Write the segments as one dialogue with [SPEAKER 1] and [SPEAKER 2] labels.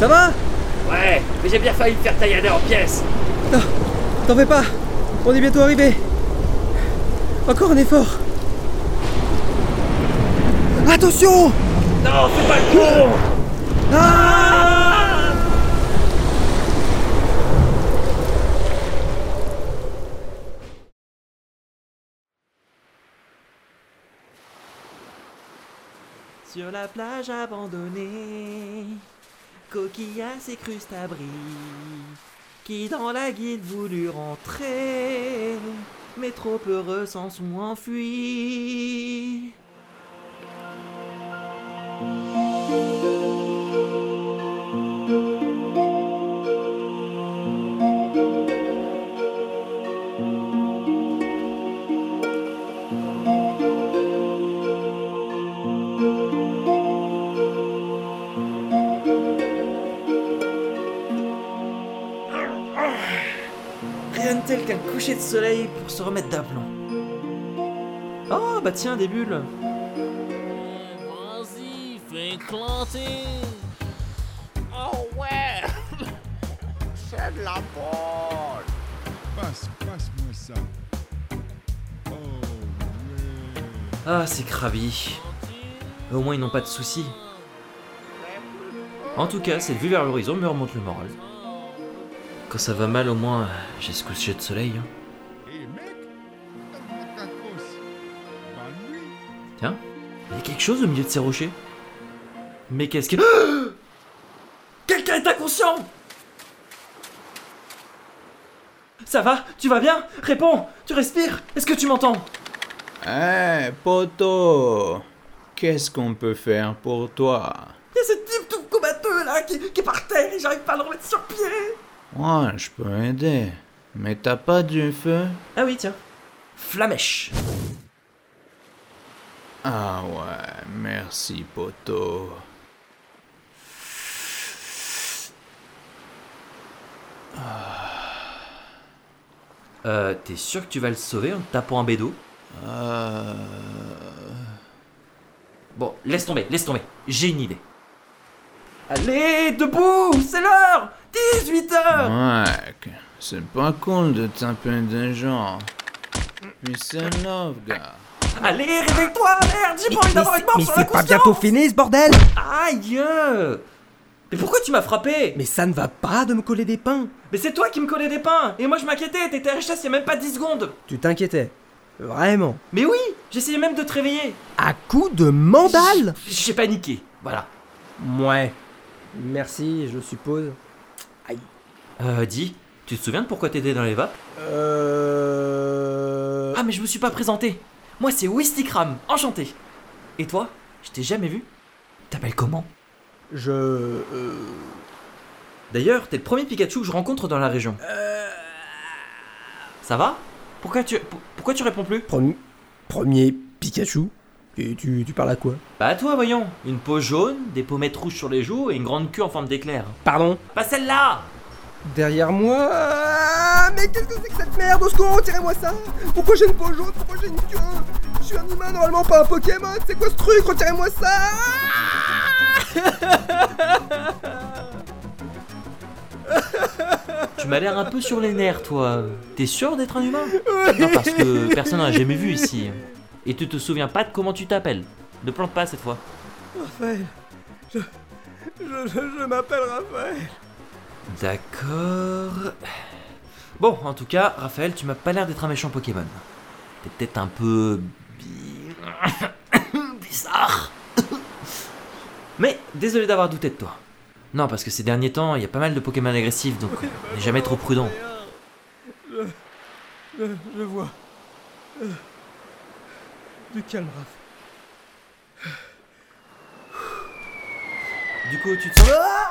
[SPEAKER 1] Ça va
[SPEAKER 2] Ouais, mais j'ai bien failli me faire taillader en pièces.
[SPEAKER 1] Non, t'en fais pas. On est bientôt arrivé. Encore un effort. Attention
[SPEAKER 2] Non, c'est pas le con
[SPEAKER 1] Ah
[SPEAKER 3] Sur la plage abandonnée, coquillas et crustabris, qui dans la guilde voulurent entrer, mais trop heureux s'en sont enfuis. Rien de tel qu'un coucher de soleil pour se remettre d'aplomb. Oh bah tiens des bulles.
[SPEAKER 4] Vas-y, fais éclater. Oh ouais, c'est de la bonne.
[SPEAKER 5] Passe, passe-moi ça. Oh, ouais.
[SPEAKER 3] Ah c'est Krabi. Au moins ils n'ont pas de soucis. En tout cas, cette vue vers l'horizon me remonte le moral. Quand ça va mal, au moins, j'ai ce coucher de soleil. hein.
[SPEAKER 5] Et Eh, mec, Macacos, bonne nuit.
[SPEAKER 3] Tiens, il y a quelque chose au milieu de ces rochers. Mais qu'est-ce que... Ah Quelqu'un est inconscient Ça va Tu vas bien Réponds Tu respires Est-ce que tu m'entends
[SPEAKER 6] Hein, poteau, qu'est-ce qu'on peut faire pour toi
[SPEAKER 3] Il y a ce type tout combatteux là qui, qui est par terre et j'arrive pas à le remettre sur pied
[SPEAKER 6] Moi, je peux aider, mais t'as pas du feu
[SPEAKER 3] Ah oui, tiens. Flamèche
[SPEAKER 6] Ah ouais, merci, poteau.
[SPEAKER 3] Euh, t'es sûr que tu vas le sauver en te tapant un bédo
[SPEAKER 6] Euh...
[SPEAKER 3] Bon, laisse tomber, laisse tomber. J'ai une idée. Allez, debout C'est l'heure 18h
[SPEAKER 6] Mec, c'est pas cool de taper des gens. Puis c'est love, gars.
[SPEAKER 3] Allez, réveille-toi, merde J'ai pas envie
[SPEAKER 1] Mais
[SPEAKER 3] d'avoir une
[SPEAKER 1] c'est-
[SPEAKER 3] mort
[SPEAKER 1] mais
[SPEAKER 3] sur la
[SPEAKER 1] c'est pas
[SPEAKER 3] conscience
[SPEAKER 1] bientôt fini ce bordel
[SPEAKER 3] Aïe Mais pourquoi tu m'as frappé Mais,
[SPEAKER 1] Mais ça ne va pas de me coller des pains.
[SPEAKER 3] mais c'est toi qui me collais des pains Et moi je m'inquiétais, t'étais à HTS il y a même pas 10 secondes
[SPEAKER 1] Tu t'inquiétais. Vraiment.
[SPEAKER 3] Mais oui J'essayais même de te réveiller
[SPEAKER 1] À coup de mandale
[SPEAKER 3] J- J'ai paniqué, voilà.
[SPEAKER 1] Ouais. Merci, je suppose.
[SPEAKER 3] Euh, dis, tu te souviens de pourquoi t'étais dans les vapes
[SPEAKER 1] Euh...
[SPEAKER 3] Ah mais je me suis pas présenté Moi c'est Wistikram, enchanté Et toi Je t'ai jamais vu T'appelles comment
[SPEAKER 1] Je... euh,
[SPEAKER 3] D'ailleurs, t'es le premier Pikachu que je rencontre dans la région. Ça va Pourquoi tu... pour- Pourquoi tu réponds plus
[SPEAKER 1] Premi- Premier Pikachu Et tu, tu parles à quoi
[SPEAKER 3] Bah à toi, voyons. Une peau jaune, des pommettes rouges sur les joues et une grande queue en forme d'éclair.
[SPEAKER 1] Pardon
[SPEAKER 3] Pas celle-là
[SPEAKER 1] Derrière moi Ah, Mais qu'est-ce que c'est que cette merde Au secours, retirez-moi ça Pourquoi j'ai une peau jaune Pourquoi j'ai une queue Je suis un humain normalement, pas un Pokémon C'est quoi ce truc Retirez-moi ça
[SPEAKER 3] Tu m'as l'air un peu sur les nerfs, toi. T'es sûr d'être un humain Non, parce que personne n'a jamais vu ici. Et tu te souviens pas de comment tu t'appelles. Ne plante pas cette fois.
[SPEAKER 1] Raphaël Je... Je, je- je m'appelle Raphaël
[SPEAKER 3] D'accord. Bon, en tout cas, Raphaël, tu m'as pas l'air d'être un méchant Pokémon. T'es peut-être un peu. bi- bizarre. Mais désolé d'avoir douté de toi. Non, parce que ces derniers temps, il y a pas mal de Pokémon agressifs, donc euh, on n'est jamais trop prudent.
[SPEAKER 1] Je, je vois. Euh, Du calme, Raph.
[SPEAKER 3] Du coup, tu te sens. Ah,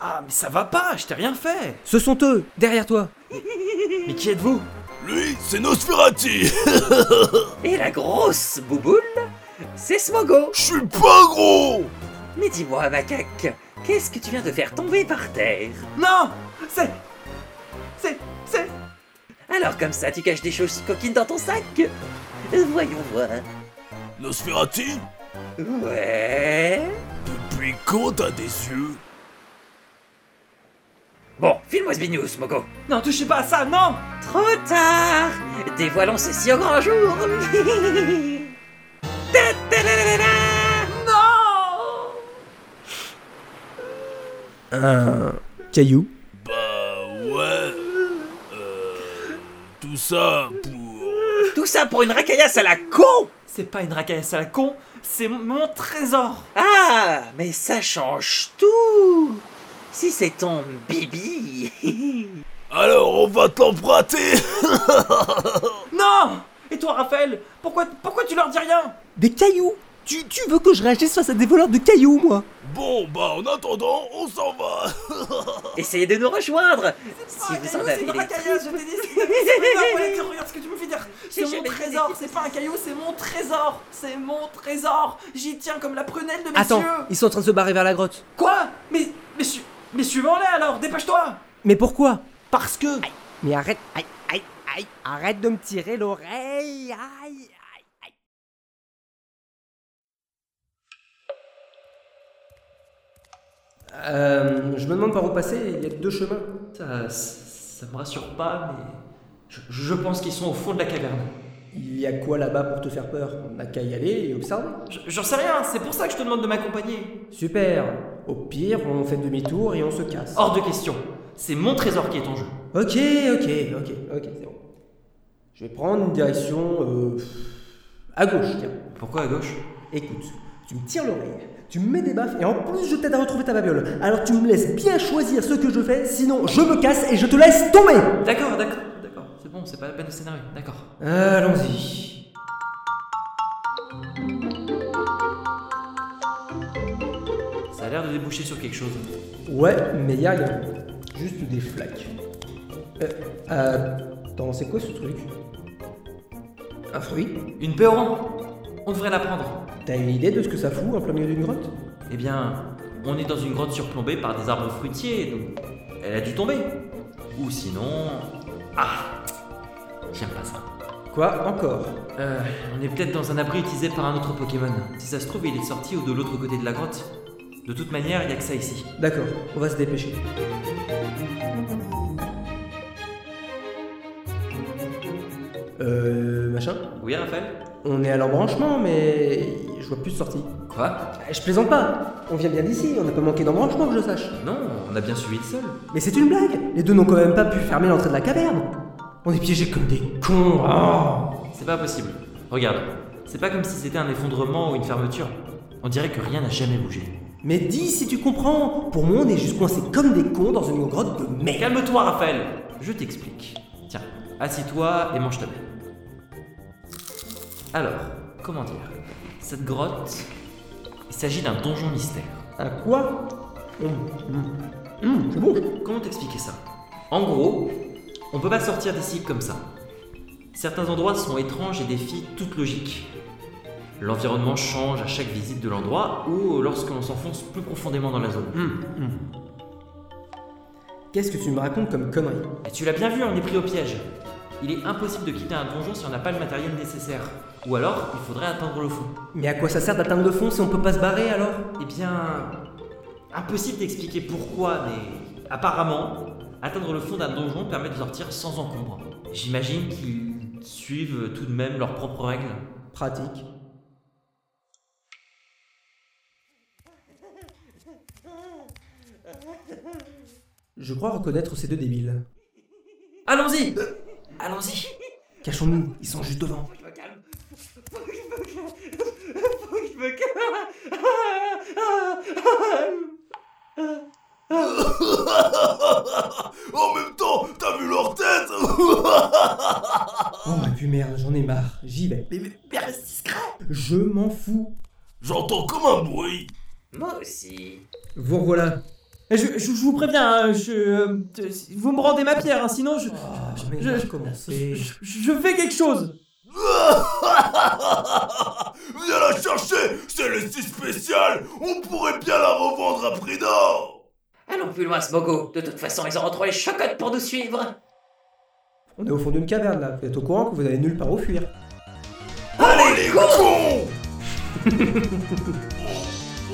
[SPEAKER 3] Ah, mais ça va pas, je t'ai rien fait
[SPEAKER 1] Ce sont eux, derrière toi
[SPEAKER 3] Mais qui êtes-vous
[SPEAKER 7] Lui, c'est Nosferati
[SPEAKER 2] Et la grosse bouboule, c'est Smogo.
[SPEAKER 7] Je suis pas gros
[SPEAKER 2] Mais dis-moi, macaque, qu'est-ce que tu viens de faire tomber par terre
[SPEAKER 3] Non C'est. C'est. C'est.
[SPEAKER 2] Alors comme ça, tu caches des choses coquines dans ton sac Euh, Voyons voir.
[SPEAKER 7] Nosferati
[SPEAKER 2] Ouais.
[SPEAKER 7] Depuis quand t'as des yeux
[SPEAKER 2] Bon, file-moi ce binous, Moko.
[SPEAKER 3] Non, touchez pas à ça, non
[SPEAKER 2] Trop tard Dévoilons ceci au grand jour Ta- ta- la- la- la- la
[SPEAKER 3] Non
[SPEAKER 1] Caillou
[SPEAKER 7] Bah ouais. Euh, tout ça pour.
[SPEAKER 2] Tout ça pour une racaillasse à la con
[SPEAKER 3] C'est pas une racaille à la con, c'est mon- mon trésor
[SPEAKER 2] Ah, mais ça change tout Si c'est ton bibi
[SPEAKER 7] Alors on va t'emprunter.
[SPEAKER 3] Non Et toi, Raphaël Pourquoi, pourquoi tu leur dis rien
[SPEAKER 1] Des cailloux tu, tu veux que je réagisse face à des voleurs de cailloux, moi
[SPEAKER 7] Bon bah en attendant, on s'en va.
[SPEAKER 2] Essayez de nous rejoindre Si
[SPEAKER 3] Ah,
[SPEAKER 2] vous
[SPEAKER 3] caillou,
[SPEAKER 2] en
[SPEAKER 3] c'est
[SPEAKER 2] avez
[SPEAKER 3] une
[SPEAKER 2] les
[SPEAKER 3] racaillasse, je t'ai dit c'est- Non, voilà, tu Regarde ce que tu me fais dire C'est mon
[SPEAKER 2] jamais
[SPEAKER 3] trésor, c'est pas un caillou, c'est mon trésor C'est mon trésor J'y tiens comme la prunelle de mes
[SPEAKER 8] Attends,
[SPEAKER 3] yeux
[SPEAKER 8] ils sont en train de se barrer vers la grotte.
[SPEAKER 3] Quoi Mais, mais, su- mais suivons-les alors, dépêche-toi
[SPEAKER 8] Mais pourquoi
[SPEAKER 3] Parce que...
[SPEAKER 8] Mais arrête, aïe, aïe, aïe, arrête de me tirer l'oreille, aïe, aïe.
[SPEAKER 1] Euh, je me demande par où passer, il y a deux chemins.
[SPEAKER 3] Ça, ça me rassure pas, mais... Je, je pense qu'ils sont au fond de la caverne.
[SPEAKER 1] Il y a quoi là-bas pour te faire peur On n'a qu'à y aller et observer.
[SPEAKER 3] Je- J'en sais rien, c'est pour ça que je te demande de m'accompagner.
[SPEAKER 1] Super Au pire, on fait demi-tour et on se casse.
[SPEAKER 3] Hors de question. C'est mon trésor qui est en jeu.
[SPEAKER 1] Ok, ok, ok, ok, c'est bon. Je vais prendre une direction euh, à gauche, tiens.
[SPEAKER 3] Pourquoi à gauche
[SPEAKER 1] Écoute, tu me tires l'oreille, tu me mets des baffes et en plus je t'aide à retrouver ta babiole. Alors tu me laisses bien choisir ce que je fais, sinon je me casse et je te laisse tomber
[SPEAKER 3] D'accord, d'accord, d'accord. C'est bon, c'est pas la peine de s'énerver. D'accord.
[SPEAKER 1] Euh, Allons-y.
[SPEAKER 3] Ça a l'air de déboucher sur quelque chose.
[SPEAKER 1] Ouais, mais y a rien. Juste des flaques. Euh, euh, attends, c'est quoi ce truc Un fruit
[SPEAKER 3] Une péoran On devrait la prendre.
[SPEAKER 1] T'as une idée de ce que ça fout en plein milieu d'une grotte
[SPEAKER 3] Eh bien, on est dans une grotte surplombée par des arbres fruitiers, donc elle a dû tomber. Ou sinon. Ah J'aime pas ça.
[SPEAKER 1] Quoi encore
[SPEAKER 3] Euh, on est peut-être dans un abri utilisé par un autre Pokémon. Si ça se trouve, il est sorti ou de l'autre côté de la grotte. De toute manière, il y a que ça ici.
[SPEAKER 1] D'accord, on va se dépêcher. Euh. machin
[SPEAKER 3] Oui, Raphaël
[SPEAKER 1] On est à l'embranchement, mais. je vois plus de sortie.
[SPEAKER 3] Quoi
[SPEAKER 1] Ah, Je plaisante pas On vient bien d'ici, on n'a pas manqué d'embranchement que je sache.
[SPEAKER 3] Non, on a bien suivi le sol.
[SPEAKER 1] Mais c'est une blague Les deux n'ont quand même pas pu fermer l'entrée de la caverne On est piégés comme des cons oh.
[SPEAKER 3] C'est pas possible. Regarde, c'est pas comme si c'était un effondrement ou une fermeture. On dirait que rien n'a jamais bougé.
[SPEAKER 1] Mais dis si tu comprends Pour moi, on est juste coincés comme des cons dans une grotte de merde
[SPEAKER 3] Calme-toi, Raphaël Je t'explique. Tiens, assis-toi et mange ta baie. Alors, comment dire Cette grotte, il s'agit d'un donjon mystère.
[SPEAKER 1] Un quoi Hum, hum. Hum, C'est bon
[SPEAKER 3] Comment t'expliquer ça En gros, on peut pas sortir d'ici comme ça. Certains endroits sont étranges et défient toute logique. L'environnement change à chaque visite de l'endroit ou lorsque l'on s'enfonce plus profondément dans la zone.
[SPEAKER 1] Qu'est-ce que tu me racontes comme connerie
[SPEAKER 3] Et tu l'as bien vu, on est pris au piège. Il est impossible de quitter un donjon si on n'a pas le matériel nécessaire. Ou alors, il faudrait atteindre le fond.
[SPEAKER 1] Mais à quoi ça sert d'atteindre le fond si on peut pas se barrer alors
[SPEAKER 3] Eh bien, impossible d'expliquer pourquoi, mais apparemment, atteindre le fond d'un donjon permet de sortir sans encombre. J'imagine qu'ils suivent tout de même leurs propres règles.
[SPEAKER 1] Pratique. Je crois reconnaître ces deux débiles.
[SPEAKER 3] Allons-y Allons-y
[SPEAKER 1] Cachons-nous, ils sont juste devant.
[SPEAKER 2] Faut que je me calme. Faut que je me calme. Faut que je me calme. Ah, ah, ah, ah.
[SPEAKER 7] en même temps, t'as vu leur tête
[SPEAKER 1] Oh, mais puis merde, j'en ai marre, j'y vais. Mais, reste discret Je m'en fous.
[SPEAKER 7] J'entends comme un bruit.
[SPEAKER 2] Moi aussi.
[SPEAKER 1] Vous revoilà.
[SPEAKER 8] Je, Eh, je- je vous préviens, hein, je, euh, vous me rendez ma pierre, hein, sinon je,
[SPEAKER 1] Oh, mais
[SPEAKER 8] je-
[SPEAKER 1] je,
[SPEAKER 8] je- je fais quelque chose.
[SPEAKER 7] Viens la chercher, c'est les six spéciales. On pourrait bien la revendre à prix d'or.
[SPEAKER 2] Allons plus loin, Smogo. De toute façon, ils auront trop les chocottes pour nous suivre.
[SPEAKER 1] On est au fond d'une caverne là, vous êtes au courant que vous avez nulle part où fuir.
[SPEAKER 7] Oh les cons On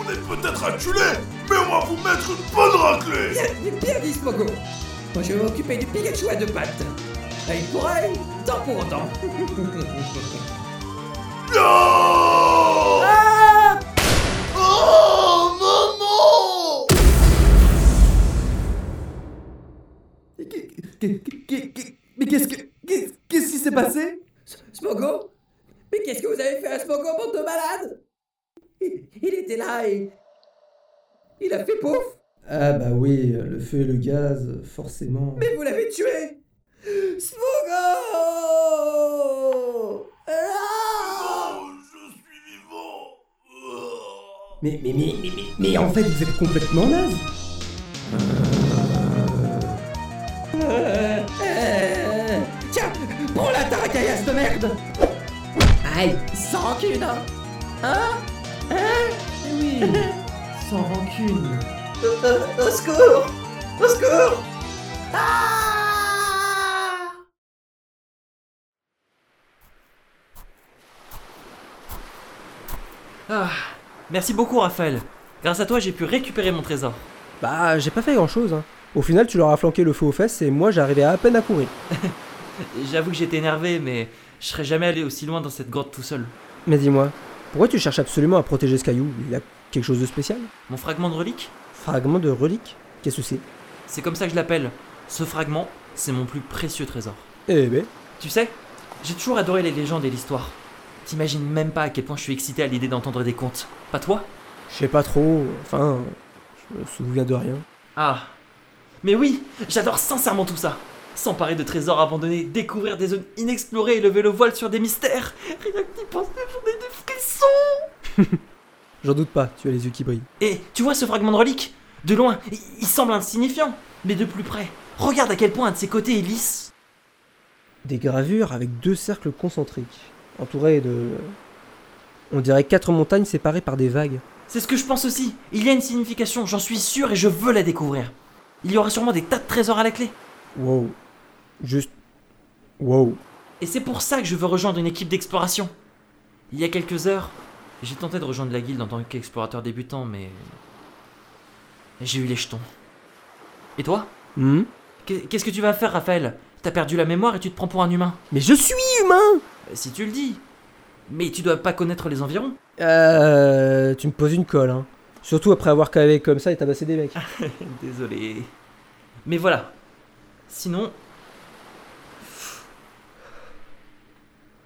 [SPEAKER 7] On est peut-être acculés, mais on va vous mettre une bonne raclée
[SPEAKER 2] Bienvenue, pianiste Mogo Moi je vais m'occuper du Pikachu à deux pattes. Œil pour œil, dent pour dent.
[SPEAKER 7] Non
[SPEAKER 1] Ah
[SPEAKER 7] Oh, maman
[SPEAKER 1] Mais qu'est-ce que. Qu'est-ce qu'est-ce qui s'est passé
[SPEAKER 2] Smogo Mais qu'est-ce que vous avez fait à Smogo, bande de malades il, il était là et. Il a fait pouf
[SPEAKER 1] Ah bah oui, le feu et le gaz, forcément.
[SPEAKER 2] Mais vous l'avez tué Smogo Ah
[SPEAKER 7] Oh, je suis vivant Oh.
[SPEAKER 1] Mais, mais, mais, mais, mais, mais en fait, vous êtes complètement naze
[SPEAKER 2] Euh, Tiens, prends la taracaillasse de merde Aïe, sans rancune hein. Hein
[SPEAKER 1] Oui, sans rancune.
[SPEAKER 2] Euh, euh, Au secours Au secours Ah
[SPEAKER 3] Ah, merci beaucoup, Raphaël. Grâce à toi, j'ai pu récupérer mon trésor.
[SPEAKER 1] Bah, j'ai pas fait grand chose, hein. Au final, tu leur as flanqué le feu aux fesses et moi, j'arrivais à peine à courir.
[SPEAKER 3] J'avoue que j'étais énervé, mais je serais jamais allé aussi loin dans cette grotte tout seul.
[SPEAKER 1] Mais dis-moi, pourquoi tu cherches absolument à protéger ce caillou Il y a quelque chose de spécial
[SPEAKER 3] Mon fragment de relique
[SPEAKER 1] Fragment de relique Qu'est-ce que c'est
[SPEAKER 3] C'est comme ça que je l'appelle. Ce fragment, c'est mon plus précieux trésor.
[SPEAKER 1] Eh ben.
[SPEAKER 3] Tu sais, j'ai toujours adoré les légendes et l'histoire. T'imagines même pas à quel point je suis excité à l'idée d'entendre des contes. Pas toi
[SPEAKER 1] Je sais pas trop, enfin. Je me souviens de rien.
[SPEAKER 3] Ah. Mais oui, j'adore sincèrement tout ça. S'emparer de trésors abandonnés, découvrir des zones inexplorées et lever le voile sur des mystères. Rien que d'y penser, j'en ai des frissons.
[SPEAKER 1] J'en doute pas, tu as les yeux qui brillent.
[SPEAKER 3] Et tu vois ce fragment de relique De loin, il, il semble insignifiant. Mais de plus près, regarde à quel point un de ses côtés est lisse.
[SPEAKER 1] Des gravures avec deux cercles concentriques, entourés de. On dirait quatre montagnes séparées par des vagues.
[SPEAKER 3] C'est ce que je pense aussi. Il y a une signification, j'en suis sûr et je veux la découvrir. Il y aura sûrement des tas de trésors à la clé.
[SPEAKER 1] Wow. Juste. Wow.
[SPEAKER 3] Et c'est pour ça que je veux rejoindre une équipe d'exploration. Il y a quelques heures, j'ai tenté de rejoindre la guilde en tant qu'explorateur débutant, mais. J'ai eu les jetons. Et toi
[SPEAKER 1] Hmm
[SPEAKER 3] Qu'est- Qu'est-ce que tu vas faire, Raphaël T'as perdu la mémoire et tu te prends pour un humain.
[SPEAKER 1] Mais je suis humain
[SPEAKER 3] Euh, Si tu le dis. Mais tu dois pas connaître les environs.
[SPEAKER 1] Euh. Tu me poses une colle, hein. Surtout après avoir cavé comme ça et tabassé des mecs.
[SPEAKER 3] Désolé. Mais voilà. Sinon.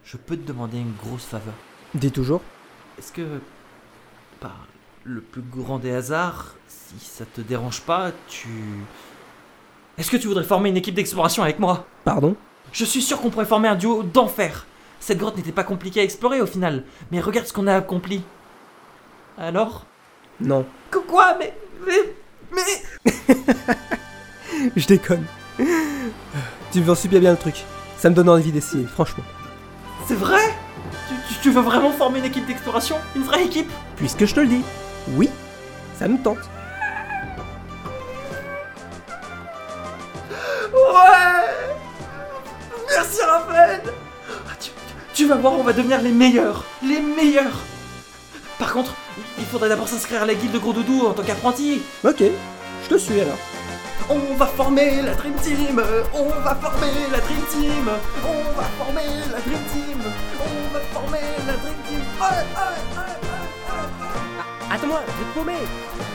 [SPEAKER 3] Je peux te demander une grosse faveur.
[SPEAKER 1] Dis toujours.
[SPEAKER 3] Est-ce que, par le plus grand des hasards, si ça te dérange pas, tu... Est-ce que tu voudrais former une équipe d'exploration avec moi
[SPEAKER 1] Pardon
[SPEAKER 3] Je suis sûr qu'on pourrait former un duo d'enfer. Cette grotte n'était pas compliquée à explorer au final, mais regarde ce qu'on a accompli. Alors
[SPEAKER 1] Non.
[SPEAKER 3] Qu- Quoi Mais... Mais... mais...
[SPEAKER 1] Je déconne. Tu me vends super bien le truc. Ça me donne envie d'essayer, franchement.
[SPEAKER 3] C'est vrai tu, tu- tu veux vraiment former une équipe d'exploration Une vraie équipe
[SPEAKER 1] Puisque je te le dis. Oui, ça me tente.
[SPEAKER 3] Ouais Merci Raphaël Ah, tu, tu vas voir, on va devenir les meilleurs Les meilleurs Par contre, il faudrait d'abord s'inscrire à la guilde de Gros Doudou en tant qu'apprenti
[SPEAKER 1] Ok, je te suis alors.
[SPEAKER 3] On va former la Dream Team On va former la Dream Team On va former la Dream Team On va former la Dream Team Ouais, ouais, ouais, ouais, ouais, ouais.
[SPEAKER 8] Attends-moi, je vais te paumer